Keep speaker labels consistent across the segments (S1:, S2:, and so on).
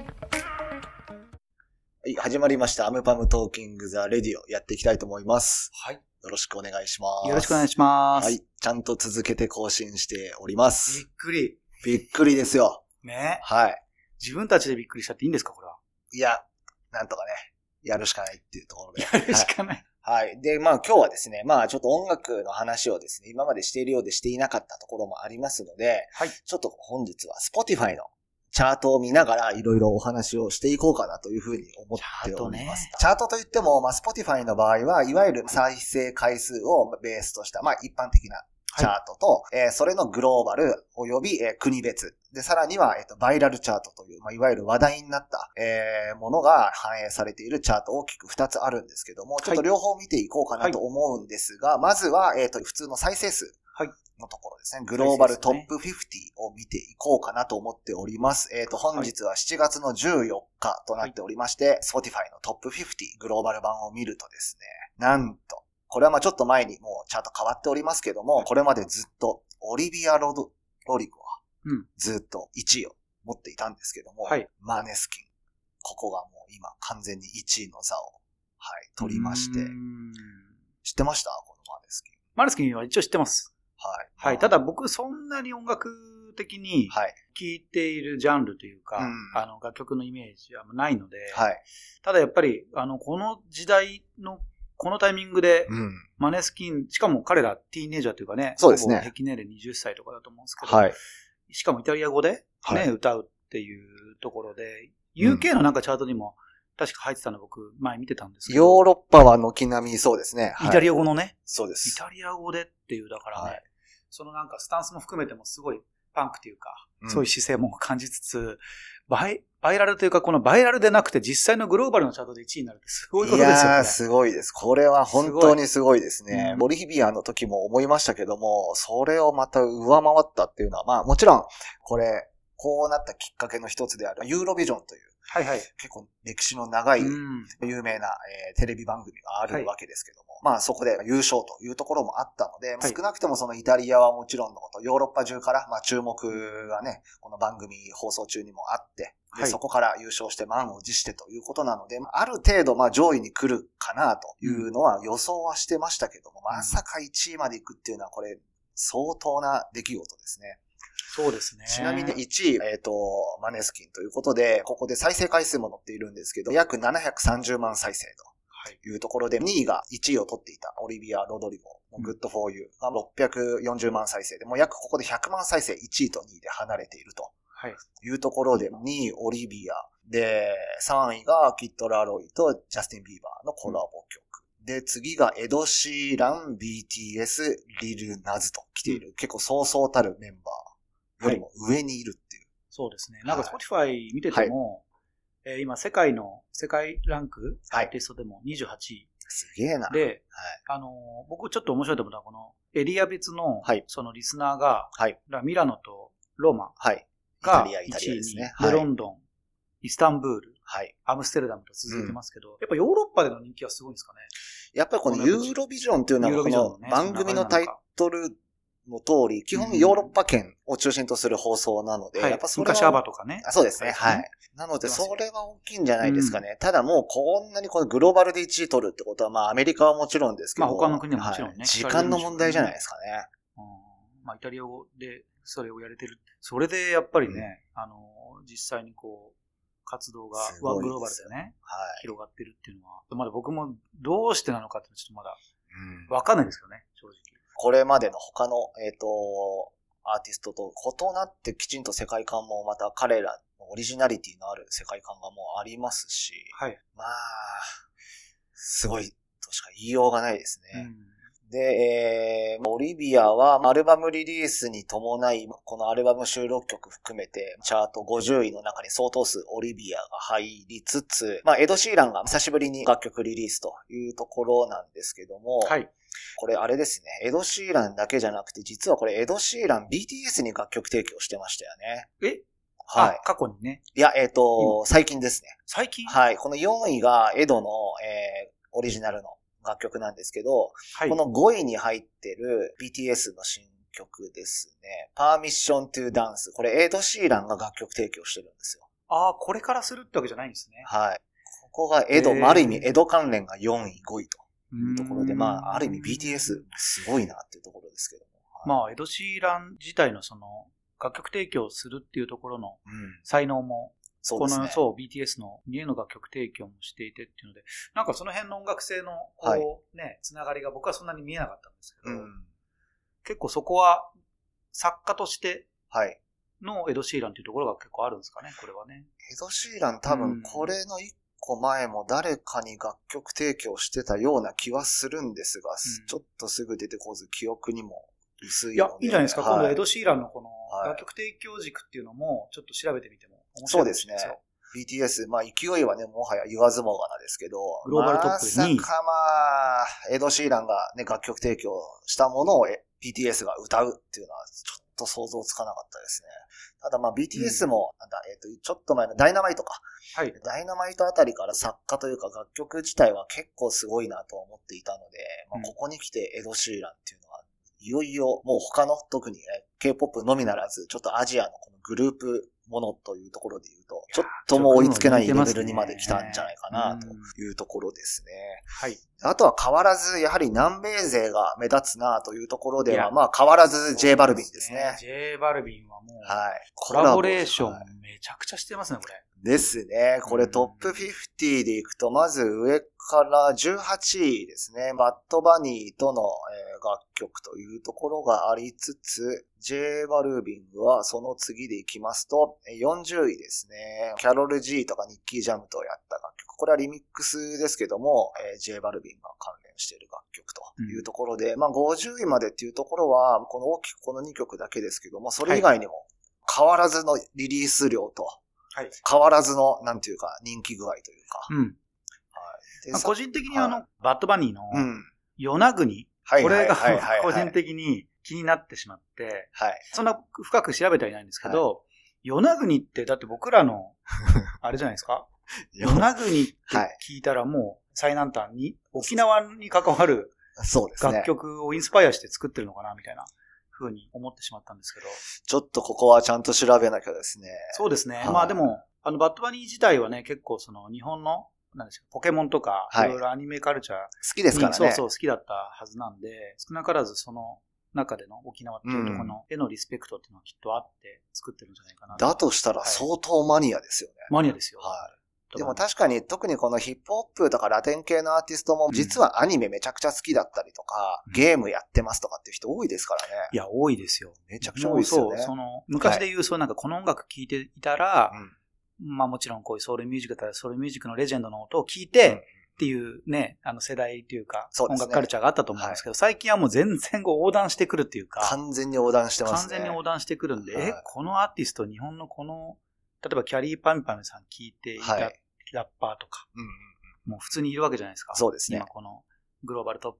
S1: はい、始まりました。アムパムトーキングザレディオやっていきたいと思います。
S2: はい。よ
S1: よろしくお願いします。
S2: ろしくお願い
S1: し
S2: します。
S1: はい。ちゃんと続けて更新しております。
S2: びっくり。
S1: びっくりですよ。
S2: ね
S1: はい。
S2: 自分たちでびっくりしたっていいんですかこれは。
S1: いや、なんとかね、やるしかないっていうところで。
S2: やるしかない。
S1: はい。で、まあ今日はですね、まあちょっと音楽の話をですね、今までしているようでしていなかったところもありますので、
S2: はい
S1: ちょっと本日は Spotify のチャートを見ながらいろいろお話をしていこうかなというふうに思っております。チャートといっても、まあ Spotify の場合はいわゆる再生回数をベースとした、まあ一般的なチャートと、えーそれのグローバル及び、えー国別。で、さらには、えっ、と、バイラルチャートという、まあ、いわゆる話題になった、えーものが反映されているチャート大きく2つあるんですけども、ちょっと両方見ていこうかなと思うんですが、まずは、えっ、と、普通の再生数。
S2: はい
S1: のところですね。グローバルトップ50を見ていこうかなと思っております。えっ、と、本日は7月の14日となっておりまして、Spotify のトップ50グローバル版を見るとですね、なんと、これはまあちょっと前にもうチャート変わっておりますけども、これまでずっとオリビア・ロドロリゴは
S2: うん、
S1: ずっと1位を持っていたんですけども、
S2: はい
S1: マネスキン、ここがもう今完全に1位の座を、はい、取りまして
S2: うー、ん
S1: 知ってましたこのマネスキン。
S2: マルスキンは一応知ってます。
S1: は。
S2: はいい。ただ、僕、そんなに音楽的に
S1: はい。
S2: 聴いているジャンルというか、
S1: うん
S2: あの、楽曲のイメージはないので、
S1: はい。
S2: ただやっぱり、あの、この時代の、このタイミングで、
S1: うん。
S2: マネスキン、しかも彼らティーネイジャーというかね、
S1: そうですね
S2: ほぼ平均年齢20歳とかだと思うんですけど、
S1: はい。
S2: しかもイタリア語で、ね
S1: はい
S2: 歌うっていうところで、
S1: うん
S2: UK のなんかチャートにも確か入ってたの僕前見てたんですけ
S1: ヨー
S2: ど、
S1: ロッパは軒並みそうですね。はい
S2: イタリア語のね、
S1: そうで
S2: イ
S1: す。
S2: タリア語でっていうだからね、
S1: はい
S2: そのなんかスタンスも含めてもすごいパンクというか、
S1: ん
S2: そういう姿勢も感じつつ、バイ、バイラルというかこのバイラルでなくて実際のグローバルのチャートで1位になるってすごいこと
S1: い
S2: ですよ
S1: や
S2: ね
S1: ー、。すごいです。これは本当にすごいですね
S2: う。ん
S1: ボリヒビアの時も思いましたけども、それをまた上回ったっていうのは、まあもちろん、これ、こうなったきっかけの一つである、ユーロビジョンという、
S2: はいはい。
S1: 結構歴史の長い、
S2: うん。
S1: 有名な、えーテレビ番組があ
S2: は
S1: る
S2: い
S1: わけですけども、まあそこで優勝というところもあったので、
S2: はい
S1: 少なくともそのイタリアはもちろんのこと、ヨーロッパ中から、まあ注目がね、この番組放送中にもあって、で
S2: はい
S1: そこから優勝して満を持してということなので、まあある程度まあ上位に来るかなというのは予想はしてましたけども、
S2: うん
S1: まさか1位まで行くっていうのはこれ相当な出来事ですね。
S2: そうですね。
S1: ちなみに1位、えっ、と、マネスキンということで、ここで再生回数も載っているんですけど、約730万再生
S2: はい。
S1: というところで、2位が1位を取っていたオリビア・ロドリゴのグッドフォーユーが640万再生で、もう約ここで100万再生1位と2位で離れていると
S2: はい。
S1: いうところで、2位オリビア、で、3位がキッド・ラロイとジャスティン・ビーバーのコラボ曲。で、次がエド・シーラン、BTS、リル・ナズと来ている、結構そうそうたるメンバーよりも上にいるっていう。
S2: そうですね。なんか
S1: は
S2: Spotify 見てても、えー今世界の、世界ランク、
S1: はい
S2: アーティストでも28位
S1: すげえな。
S2: で、
S1: はい
S2: あのー僕ちょっと面白いと思ったのは、このエリア別の、
S1: はい
S2: そのリスナーが、
S1: はい
S2: ミラノとローマ
S1: はい。
S2: が
S1: イタリア、イタリ
S2: 1
S1: ア
S2: 位
S1: です
S2: に、
S1: ね。
S2: で、
S1: は
S2: ロ
S1: い。
S2: ンドン、イスタンブール、
S1: はい。
S2: アムステルダムと続いてますけど、やっぱヨーロッパでの人気はすごいんですかね。
S1: やっぱりこのユーロビジョンっていうのは、この番組のタイトルの通り、基本ヨーロッパ圏を中心とする放送なので、
S2: はい、
S1: やっぱそれは
S2: 昔アバとかね。
S1: あそうですね。
S2: そうです
S1: は
S2: ね
S1: い。なので、それは大きいんじゃないですかね。ただもう、こんなにこのグローバルで1位取るってことは、まあ、アメリカはもちろんですけど。
S2: まあ他の国はもちろんね
S1: はい時間の問題じゃないですかね。
S2: うんまあ、イタリア語でそれをやれてる。それでやっぱりね、あのー実際にこう、活動が
S1: す
S2: ワ
S1: ご
S2: ン
S1: い
S2: グローバ
S1: です
S2: ルでね、
S1: は
S2: 広がってるっていうのは、まだ僕もどうしてなのかってちょっとまだ
S1: い。うん
S2: わかんないんですけどね、正直。
S1: これまでの他の、えっ、と、アーティストと異なってきちんと世界観もまた彼らのオリジナリティのある世界観がもうありますし、
S2: はい。
S1: まあ、すごいとしか言いようがないです
S2: う
S1: ね。
S2: ん
S1: で、えー、オリビアはアルバムリリースに伴い、このアルバム収録曲含めて、チャート50位の中に相当数オリビアが入りつつ、まあ、エド・シーランが久しぶりに楽曲リリースというところなんですけども、
S2: はい。
S1: これあれですね。エド・シーランだけじゃなくて、実はこれエド・シーラン BTS に楽曲提供してましたよね。
S2: え
S1: は
S2: あ過去にね。
S1: い。いや、えっ、と、最近ですね。
S2: 最近
S1: はい。この4位がエドの、えーオリジナルの楽曲なんですけど、
S2: はい
S1: この5位に入ってる BTS の新曲ですね。パーミッショントゥダンス。これ、エイド・シーランが楽曲提供してるんですよ。
S2: ああ、これからするってわけじゃないんですね。
S1: はい。ここがエド、
S2: へー
S1: まあある意味、エド関連が4位、5位と
S2: う
S1: い
S2: ん
S1: うところで、まあ、ある意味 BTS、すごいなっていうところですけども。
S2: まあ、エド・シーラン自体のその、楽曲提供するっていうところの
S1: うん。
S2: 才能も、
S1: そうです
S2: こ
S1: ね
S2: の、。そう、BTS の家の楽曲提供もしていてっていうので、なんかその辺の音楽性の、こう、
S1: はい
S2: ね、つながりが僕はそんなに見えなかったんですけ
S1: う
S2: ど、
S1: ん。
S2: 結構そこは、作家として
S1: はい。
S2: のエド・シーランっていうところが結構あるんですかね、これはね。
S1: エド・シーラン多分これの一個前も誰かに楽曲提供してたような気はするんですが、
S2: うん
S1: ちょっとすぐ出てこず記憶にも薄い
S2: いや
S1: の、
S2: いいじゃないですか。
S1: は
S2: 今度、エド・シーランのこの
S1: はい
S2: 楽曲提供軸っていうのも、ちょっと調べてみても面
S1: そう
S2: 白い
S1: で
S2: ですす
S1: ね
S2: ね。。
S1: BTS、まあ勢いはね、もはや言わずもがなですけど、
S2: グローバルトップで2位
S1: まさかまあ、エド・シーランがね、楽曲提供したものをえ BTS が歌うっていうのは、ちょっと想像つかなかったですね。ただまあ BTS も、なんだ、えっ、と、ちょっと前のダイナマイトか。
S2: はい。
S1: ダイナマイトあたりから作家というか楽曲自体は結構すごいなと思っていたので、ま
S2: う
S1: あ、
S2: ん
S1: ここに来てエド・シーランっていうのは、いよいよもう他の特にえ K-POP のみならず、ちょっとアジアのこのグループものというところで言うと、ちょっともう追いつけないレベルにまで来たんじゃないかなというところですね。
S2: はい。
S1: あとは変わらず、やはり南米勢が目立つなというところで
S2: い
S1: は、
S2: や
S1: まあ変わらず J バルビンですね。
S2: J バルビンはもう、
S1: はい。
S2: コラボレーション
S1: はい
S2: めちゃくちゃしてますね、これ。
S1: ですね。これトップ50でいくと、まず上から18位ですね。バッドバニーとの、えー楽曲というところがありつつ、J バルービングはその次でいきますと、えー40位ですね。キャロル G とかニッキージャムとやった楽曲。これはリミックスですけども、えー J バルビンが関連している楽曲というところで、まあ50位までっていうところは、この大きくこの2曲だけですけども、それ以外にも変わらずのリリース量と、
S2: はい。
S1: 変わらずの、なんていうか、人気具合というか。
S2: うん。
S1: で
S2: まあ
S1: さ
S2: 個人的に
S1: はい
S2: あの、バッドバニーの、
S1: うん。
S2: 与那国、
S1: はい
S2: これが
S1: はいはいはい
S2: 個人的に気になってし まって、
S1: はい。
S2: そんな深く調べてはいないんですけど、与那国って、だって僕 らの、あれじゃないですか与那国って聞いたらもう最南端に、沖縄に関わる
S1: そうですね
S2: 楽。曲をインスパイアして作ってるのかなみたいな風に思ってしまったんですけど。
S1: ちょっとここはちゃんと調べなきゃですね。
S2: そうですね。
S1: はい
S2: まあでも、あの、バッドバニー自体はね、結構その日本の、なんでしょう、ポケモンとか、
S1: はい
S2: いろいろアニメカルチャーに、
S1: 好きですからね。
S2: そうそう好きだったはずなんで、少なからずその中での沖縄っていうとこ
S1: うん
S2: の絵のリスペクトっていうのはきっとあって作ってるんじゃないかな。
S1: だとしたら
S2: はい
S1: 相当マニアですよね。
S2: マニアですよ。
S1: は
S2: と
S1: でも確かに特にこのヒップホップとかラテン系のアーティストも
S2: うん
S1: 実はアニメめちゃくちゃ好きだったりとか、
S2: うん
S1: ゲームやってますとかっていう人多いですからね。
S2: いや、多いですよ。
S1: めちゃくちゃ多いですよ
S2: もう
S1: ね。
S2: そう、その、昔で言う、そうなんかこの音楽聴いていたら、まあもちろんこういうソウルミュージックだったらソウルミュージックのレジェンドの音を聞い
S1: うん
S2: てっていうね、あの世代というか、
S1: そうで
S2: 音
S1: すね
S2: 楽カルチャーがあったと思うんですけど、最近はもう全然こう横断してくるっていうか、
S1: 完全に横断してます
S2: 完
S1: ね。
S2: 全に横断してくるんで、
S1: はい
S2: え、このアーティスト日本のこの、例えばキャリーパミュパミュさん聞いていた
S1: はい。
S2: ラッパーとか、
S1: うんうん
S2: もう普通にいるわけじゃないですか。
S1: そうですね
S2: 今。このグローバルトップ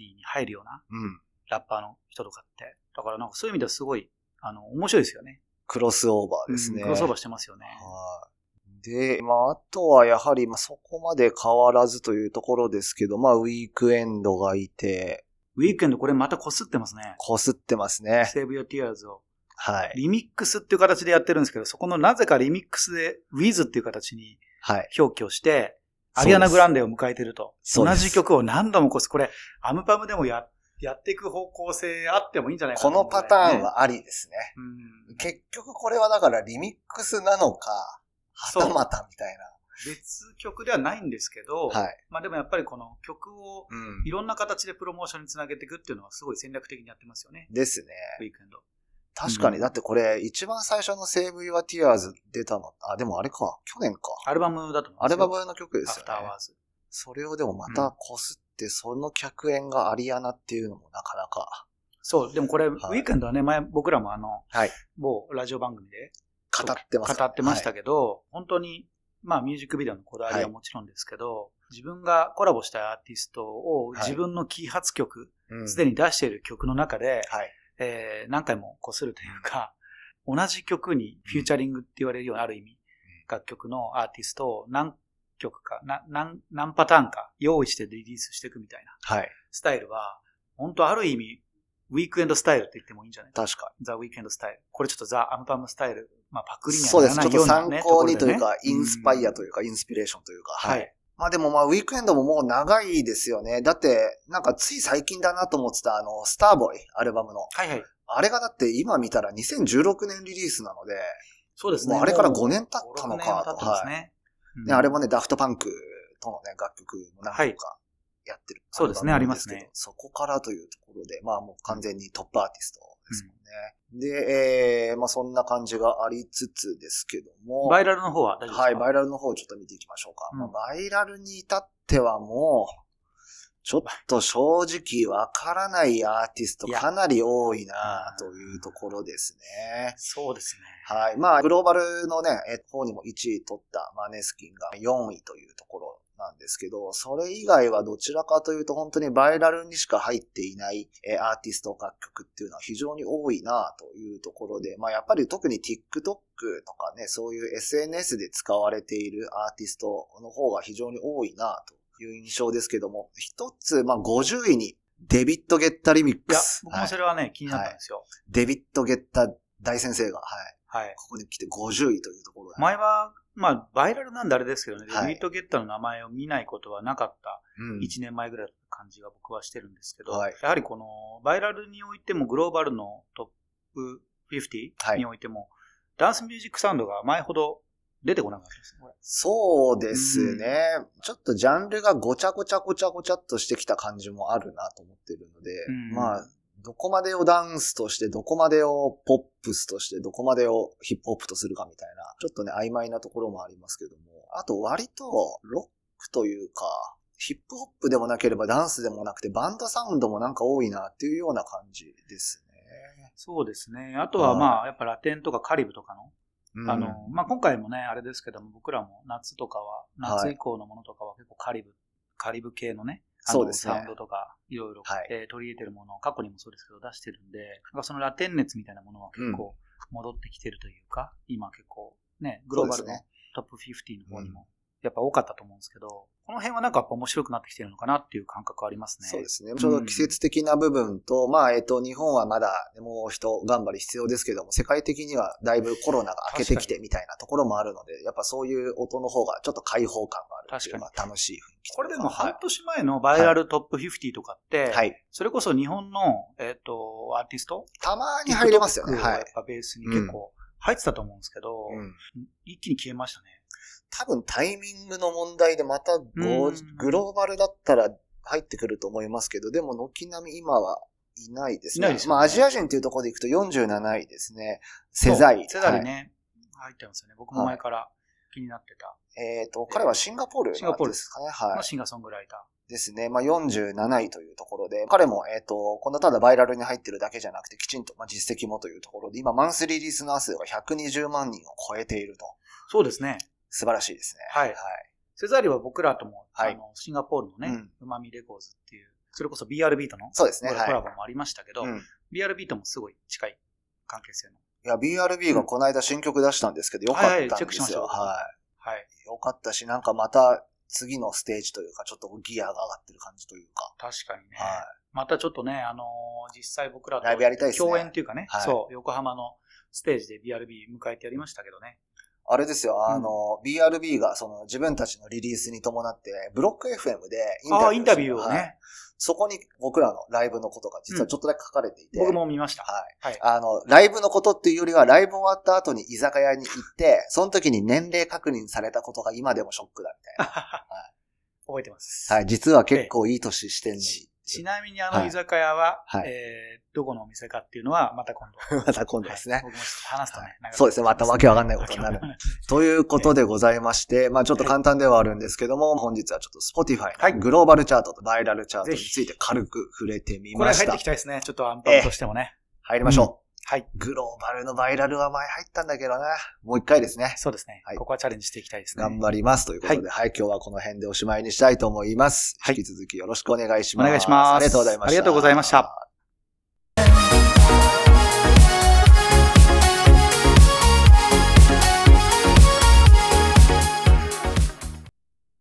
S2: 50に入るような
S1: うん。
S2: ラッパーの人とかって。だからなんかそういう意味ではすごい、あの、面白いですよね。
S1: クロスオーバーですね。
S2: うんクロスオーバーしてますよね。
S1: はい。で、まあ、あとはやはり、まあ、そこまで変わらずというところですけど、まあ、ウィークエンドがいて、
S2: ウィークエンドこれまたこすってますね。
S1: こすってますね。
S2: セーブ・ヨ・ティアーズを。
S1: はい。
S2: リミックスっていう形でやってるんですけど、そこのなぜかリミックスで Wiz っていう形に
S1: はい。
S2: 表記をして、アリアナ・グラ
S1: ン
S2: ンデを迎えてると。
S1: そう
S2: 同
S1: です
S2: じ曲を何度もこす。これ、アムパムでもや、やっていく方向性あってもいいんじゃないか
S1: こ
S2: な
S1: の
S2: と思うん
S1: パ
S2: だ
S1: タ
S2: よね、
S1: ーンはありですね。
S2: うん。
S1: 結局これはだからリミックスなのか、は
S2: そう
S1: たまたみたい
S2: 別曲ではないんですけど、
S1: な。はい。
S2: まあでもやっぱりこの曲を
S1: うん
S2: い。ろんな形でプロモーションにつなげていくっていうのはすごい戦略的にやってますよね。
S1: ですね。
S2: ウィークエンド。
S1: 確かに、
S2: うん
S1: だってこれ、一番最初のセーブ・ユア・ティアーズ出たの、あ、でもあれか、去年か。
S2: アルバムだと思うん
S1: ア
S2: です
S1: ル
S2: よ。
S1: バムの曲です
S2: ア
S1: よね。
S2: フターワーズ。
S1: それをでもまたこすって、その客演がアリアナっていうのもなかなか
S2: そう、でもこれ、
S1: はい
S2: ウィークエンドはね、前僕らもあの、
S1: はい
S2: 某ラジオ番組で
S1: 語ってます、
S2: 語ってました
S1: け
S2: けど、本当に、まあミュージックビデオのこだわりはもちろんですけど、自分がコラボしたアーティストを
S1: はい
S2: 自分の揮発曲、
S1: ど
S2: すで、に出している曲の中で、
S1: はい。
S2: えー何回もこするというか、同じ曲にフューチャリングって言われるようなある意味、楽曲のアーティストを何曲か、な何、何パターンか用意してリリースしていくみたいな
S1: はい。
S2: スタイルは、本当ある意味、ウィークエンドスタイルって言ってもいいんじゃない
S1: 確か
S2: ザ・ウィークエンドスタイル。これちょっとザ・アムパムスタイル。まあ、パク
S1: に。
S2: リに
S1: そう
S2: は
S1: で
S2: な
S1: す。
S2: らな
S1: ちょっ
S2: い
S1: と
S2: ような、
S1: 参
S2: ね、
S1: 考にという
S2: とこ
S1: か、
S2: ろでね
S1: インスパイアというか、インスピレーションというか、
S2: は
S1: はい。
S2: い。
S1: まあでもまあ、ウィークエンドももう長いですよね。だって、なんかつい最近だなと思ってた、あの、スターボーイ、アルバムの。
S2: はいはい。
S1: あれがだって今見たら2016年リリースなので、
S2: そうですね。
S1: もうあれから
S2: もう
S1: 5年経ったの
S2: 5 6年は
S1: か
S2: 経っ
S1: と。
S2: てます
S1: はい。
S2: ね。うん
S1: ね、あれもね、ダフトパンクとのね、楽曲も何とかやってる、
S2: そうですね
S1: アルバムなんけど
S2: ありますね。
S1: そこからというところで、まあもう完全にトップアーティストですもんね。で、えー、まあそんな感じがありつつですけども、
S2: バイラルの方は大丈夫ですか
S1: はい、バイラルの方をちょっと見ていきましょうか。
S2: うん
S1: まあバイラルに至ってはもう、ちょっと正直わからないアーティスト
S2: いや
S1: かなり多いなというところですね。
S2: そうですね。
S1: はい。まあ、グローバルのね、え方にも1位取ったマネスキンが4位というところなんですけど、それ以外はどちらかというと本当にバイラルにしか入っていないえアーティスト楽曲っていうのは非常に多いなというところで、まあやっぱり特に TikTok とかね、そういう SNS で使われているアーティストの方が非常に多いなという印象ですけども、一つ、まあ50位にデビット・ゲッタ・リミッ
S2: い
S1: ク
S2: や、
S1: ス。
S2: 僕
S1: は
S2: も
S1: い
S2: それはね、気になったんですよ。
S1: デビット・ゲッタ大先生が、はい。
S2: はい。
S1: ここに来て50位というところだね
S2: 前は、まあ、バイラルなんであれですけどね、
S1: はい
S2: デビット・ゲッターの名前を見ないことはなかった、
S1: うん
S2: 1年前ぐらいの感じが僕はしてるんですけど、
S1: はい
S2: やはりこの、バイラルにおいても、グローバルのトップ
S1: は
S2: 50
S1: い
S2: においても、ダンスミュージックサウンドが前ほど出てこなかったですね。これ
S1: そうですね、ちょっとジャンルがごちゃごちゃごちゃごちゃっとしてきた感じもあるなと思ってるので、
S2: うん
S1: まあ、どこまでをダンスとして、どこまでをポップスとして、どこまでをヒップホップとするかみたいな、ちょっとね、曖昧なところもありますけども、あと割とロックというか、ヒップホップでもなければダンスでもなくて、バンドサウンドもなんか多いなっていうような感じですね。
S2: そうですね。あとはまあ、やっぱラテンとかカリブとかの、
S1: うん
S2: あの、まあ、今回もね、あれですけども、僕らも夏とかは、夏以降のものとかは結構カリブ、カリブ系のね、あの
S1: そうですね
S2: サウンドとか、いろいろ、
S1: はい
S2: えー取り入れてるものを過去にもそうですけど出してるんで、なんかそのラテン熱みたいなものは結構戻ってきてるというか、今結構ね、グローバル
S1: そうで
S2: の
S1: すね
S2: トップ50の方にも、やっぱ多かったと思うんですけど、この辺はなんかやっぱ面白くなってきてるのかなっていう感覚はありますね。
S1: そうですね。
S2: ん
S1: ちょうど季節的な部分と、まあ、えっ、と、日本はまだもう人頑張り必要ですけども、世界的にはだいぶコロナが明けてきてみたいなところもあるので、やっぱそういう音の方がちょっと開放感があるっていう。
S2: 確か
S1: まあ、楽しい雰囲気と
S2: こ
S1: いう
S2: れ
S1: か。
S2: でも
S1: は
S2: 半
S1: い。
S2: 年前のバイラルトップ50とかって、
S1: はい。
S2: それこそ日本の、えっ、と、アーティスト
S1: たまに入れますよね。
S2: TikTok を
S1: は
S2: や
S1: い
S2: っ。ぱベースに結構入ってたと思うんですけど、
S1: うん。
S2: 一気に消えましたね。
S1: 多分タイミングの問題でまたご
S2: うん
S1: グローバルだったら入ってくると思いますけど、でも軒並み今はいないですね。
S2: いないですよ
S1: ま
S2: ね
S1: あ、アジア人というところでいくと47位ですね。セザイ。
S2: そうセザ
S1: は
S2: リ
S1: い
S2: ね、入ってますよね。僕も前から気になってた。
S1: えっ、と、彼はシンガポールなん
S2: シンガポール
S1: ですかね。は
S2: まあ、
S1: い。
S2: シンガーソングライター。
S1: ですね。まあ、47位というところで、彼も、えっ、と、このただバイラルに入ってるだけじゃなくて、きちんと、まあ、実績もというところで、今、マンスリーリスナー数が120万人を超えていると。
S2: そうですね。
S1: 素晴らしいですね。
S2: はい
S1: はい。
S2: セザリは僕らとも、
S1: はい
S2: あのシンガポールの
S1: う
S2: ね
S1: ん、
S2: うま、みレコーズっていう、それこそ BRB との
S1: そうです
S2: コ
S1: ね。
S2: ラ
S1: はい。
S2: ボもありましたけど、
S1: うん
S2: BRB ともすごい近い関係性の。
S1: いや、BRB がこの間新曲出したんですけど、よかったん
S2: はいはいチェッ
S1: で
S2: クしますし
S1: よ。
S2: た
S1: はい。
S2: はい。
S1: よかったし、なんかまた、次のステージというか、ちょっとギアが上がってる感じというか。
S2: 確かにね。
S1: は
S2: またちょっとね、あのー実際僕らと
S1: ライブやりたいですね
S2: 共演というかね、
S1: はい
S2: そう、横浜のステージで BRB 迎えてやりましたけどね。
S1: あれですよ、あの、BRB がその自分たちのリリースに伴って、ブロック FM で
S2: ああ、インタビュー
S1: を
S2: を
S1: して
S2: ね、
S1: はいそこに僕らのライブのことが実はちょっとだけ書かれていて、
S2: 僕も見ました。
S1: はい。
S2: はい。
S1: あの、ライブのことっていうよりは、ライブ終わった後に居酒屋に行って、その時に年齢確認されたことが今でもショックだみたい
S2: 覚えてます。
S1: な。はい、実は結構いい年してんの
S2: ちち
S1: に。
S2: なみにあ
S1: は
S2: の
S1: い
S2: 居酒屋は、
S1: はい
S2: えー、どこのお店かっていうのはまた今度。
S1: また今度です
S2: は
S1: ね。
S2: い僕もちょっと話すとね、長く
S1: そうですねまたわけわかんないことになる
S2: わけわかんい
S1: ということでございまして、まあちょっと簡単ではあるんですけども、本日はちょっと
S2: は
S1: Spotify
S2: い
S1: のグローバルチャートとバイラルチャートに
S2: ぜひ
S1: ついて軽く触れてみ
S2: これ
S1: まし。
S2: 入ったてきたいですね。ちょっとアンパンとしてもね。
S1: 入りましょ
S2: はい。
S1: う。グローバルのバイラルは前入ったんだけどな。もう一回ですね。
S2: そうですね、
S1: はい
S2: ここはチャレンジしていきたいですね。
S1: 頑張りますということで、はい、今日はこの辺でおしまいにしたいと思います。
S2: はい
S1: 引き続きよろしくお願いします。
S2: お願いします
S1: ありがとうございました。
S2: ありがとうございました。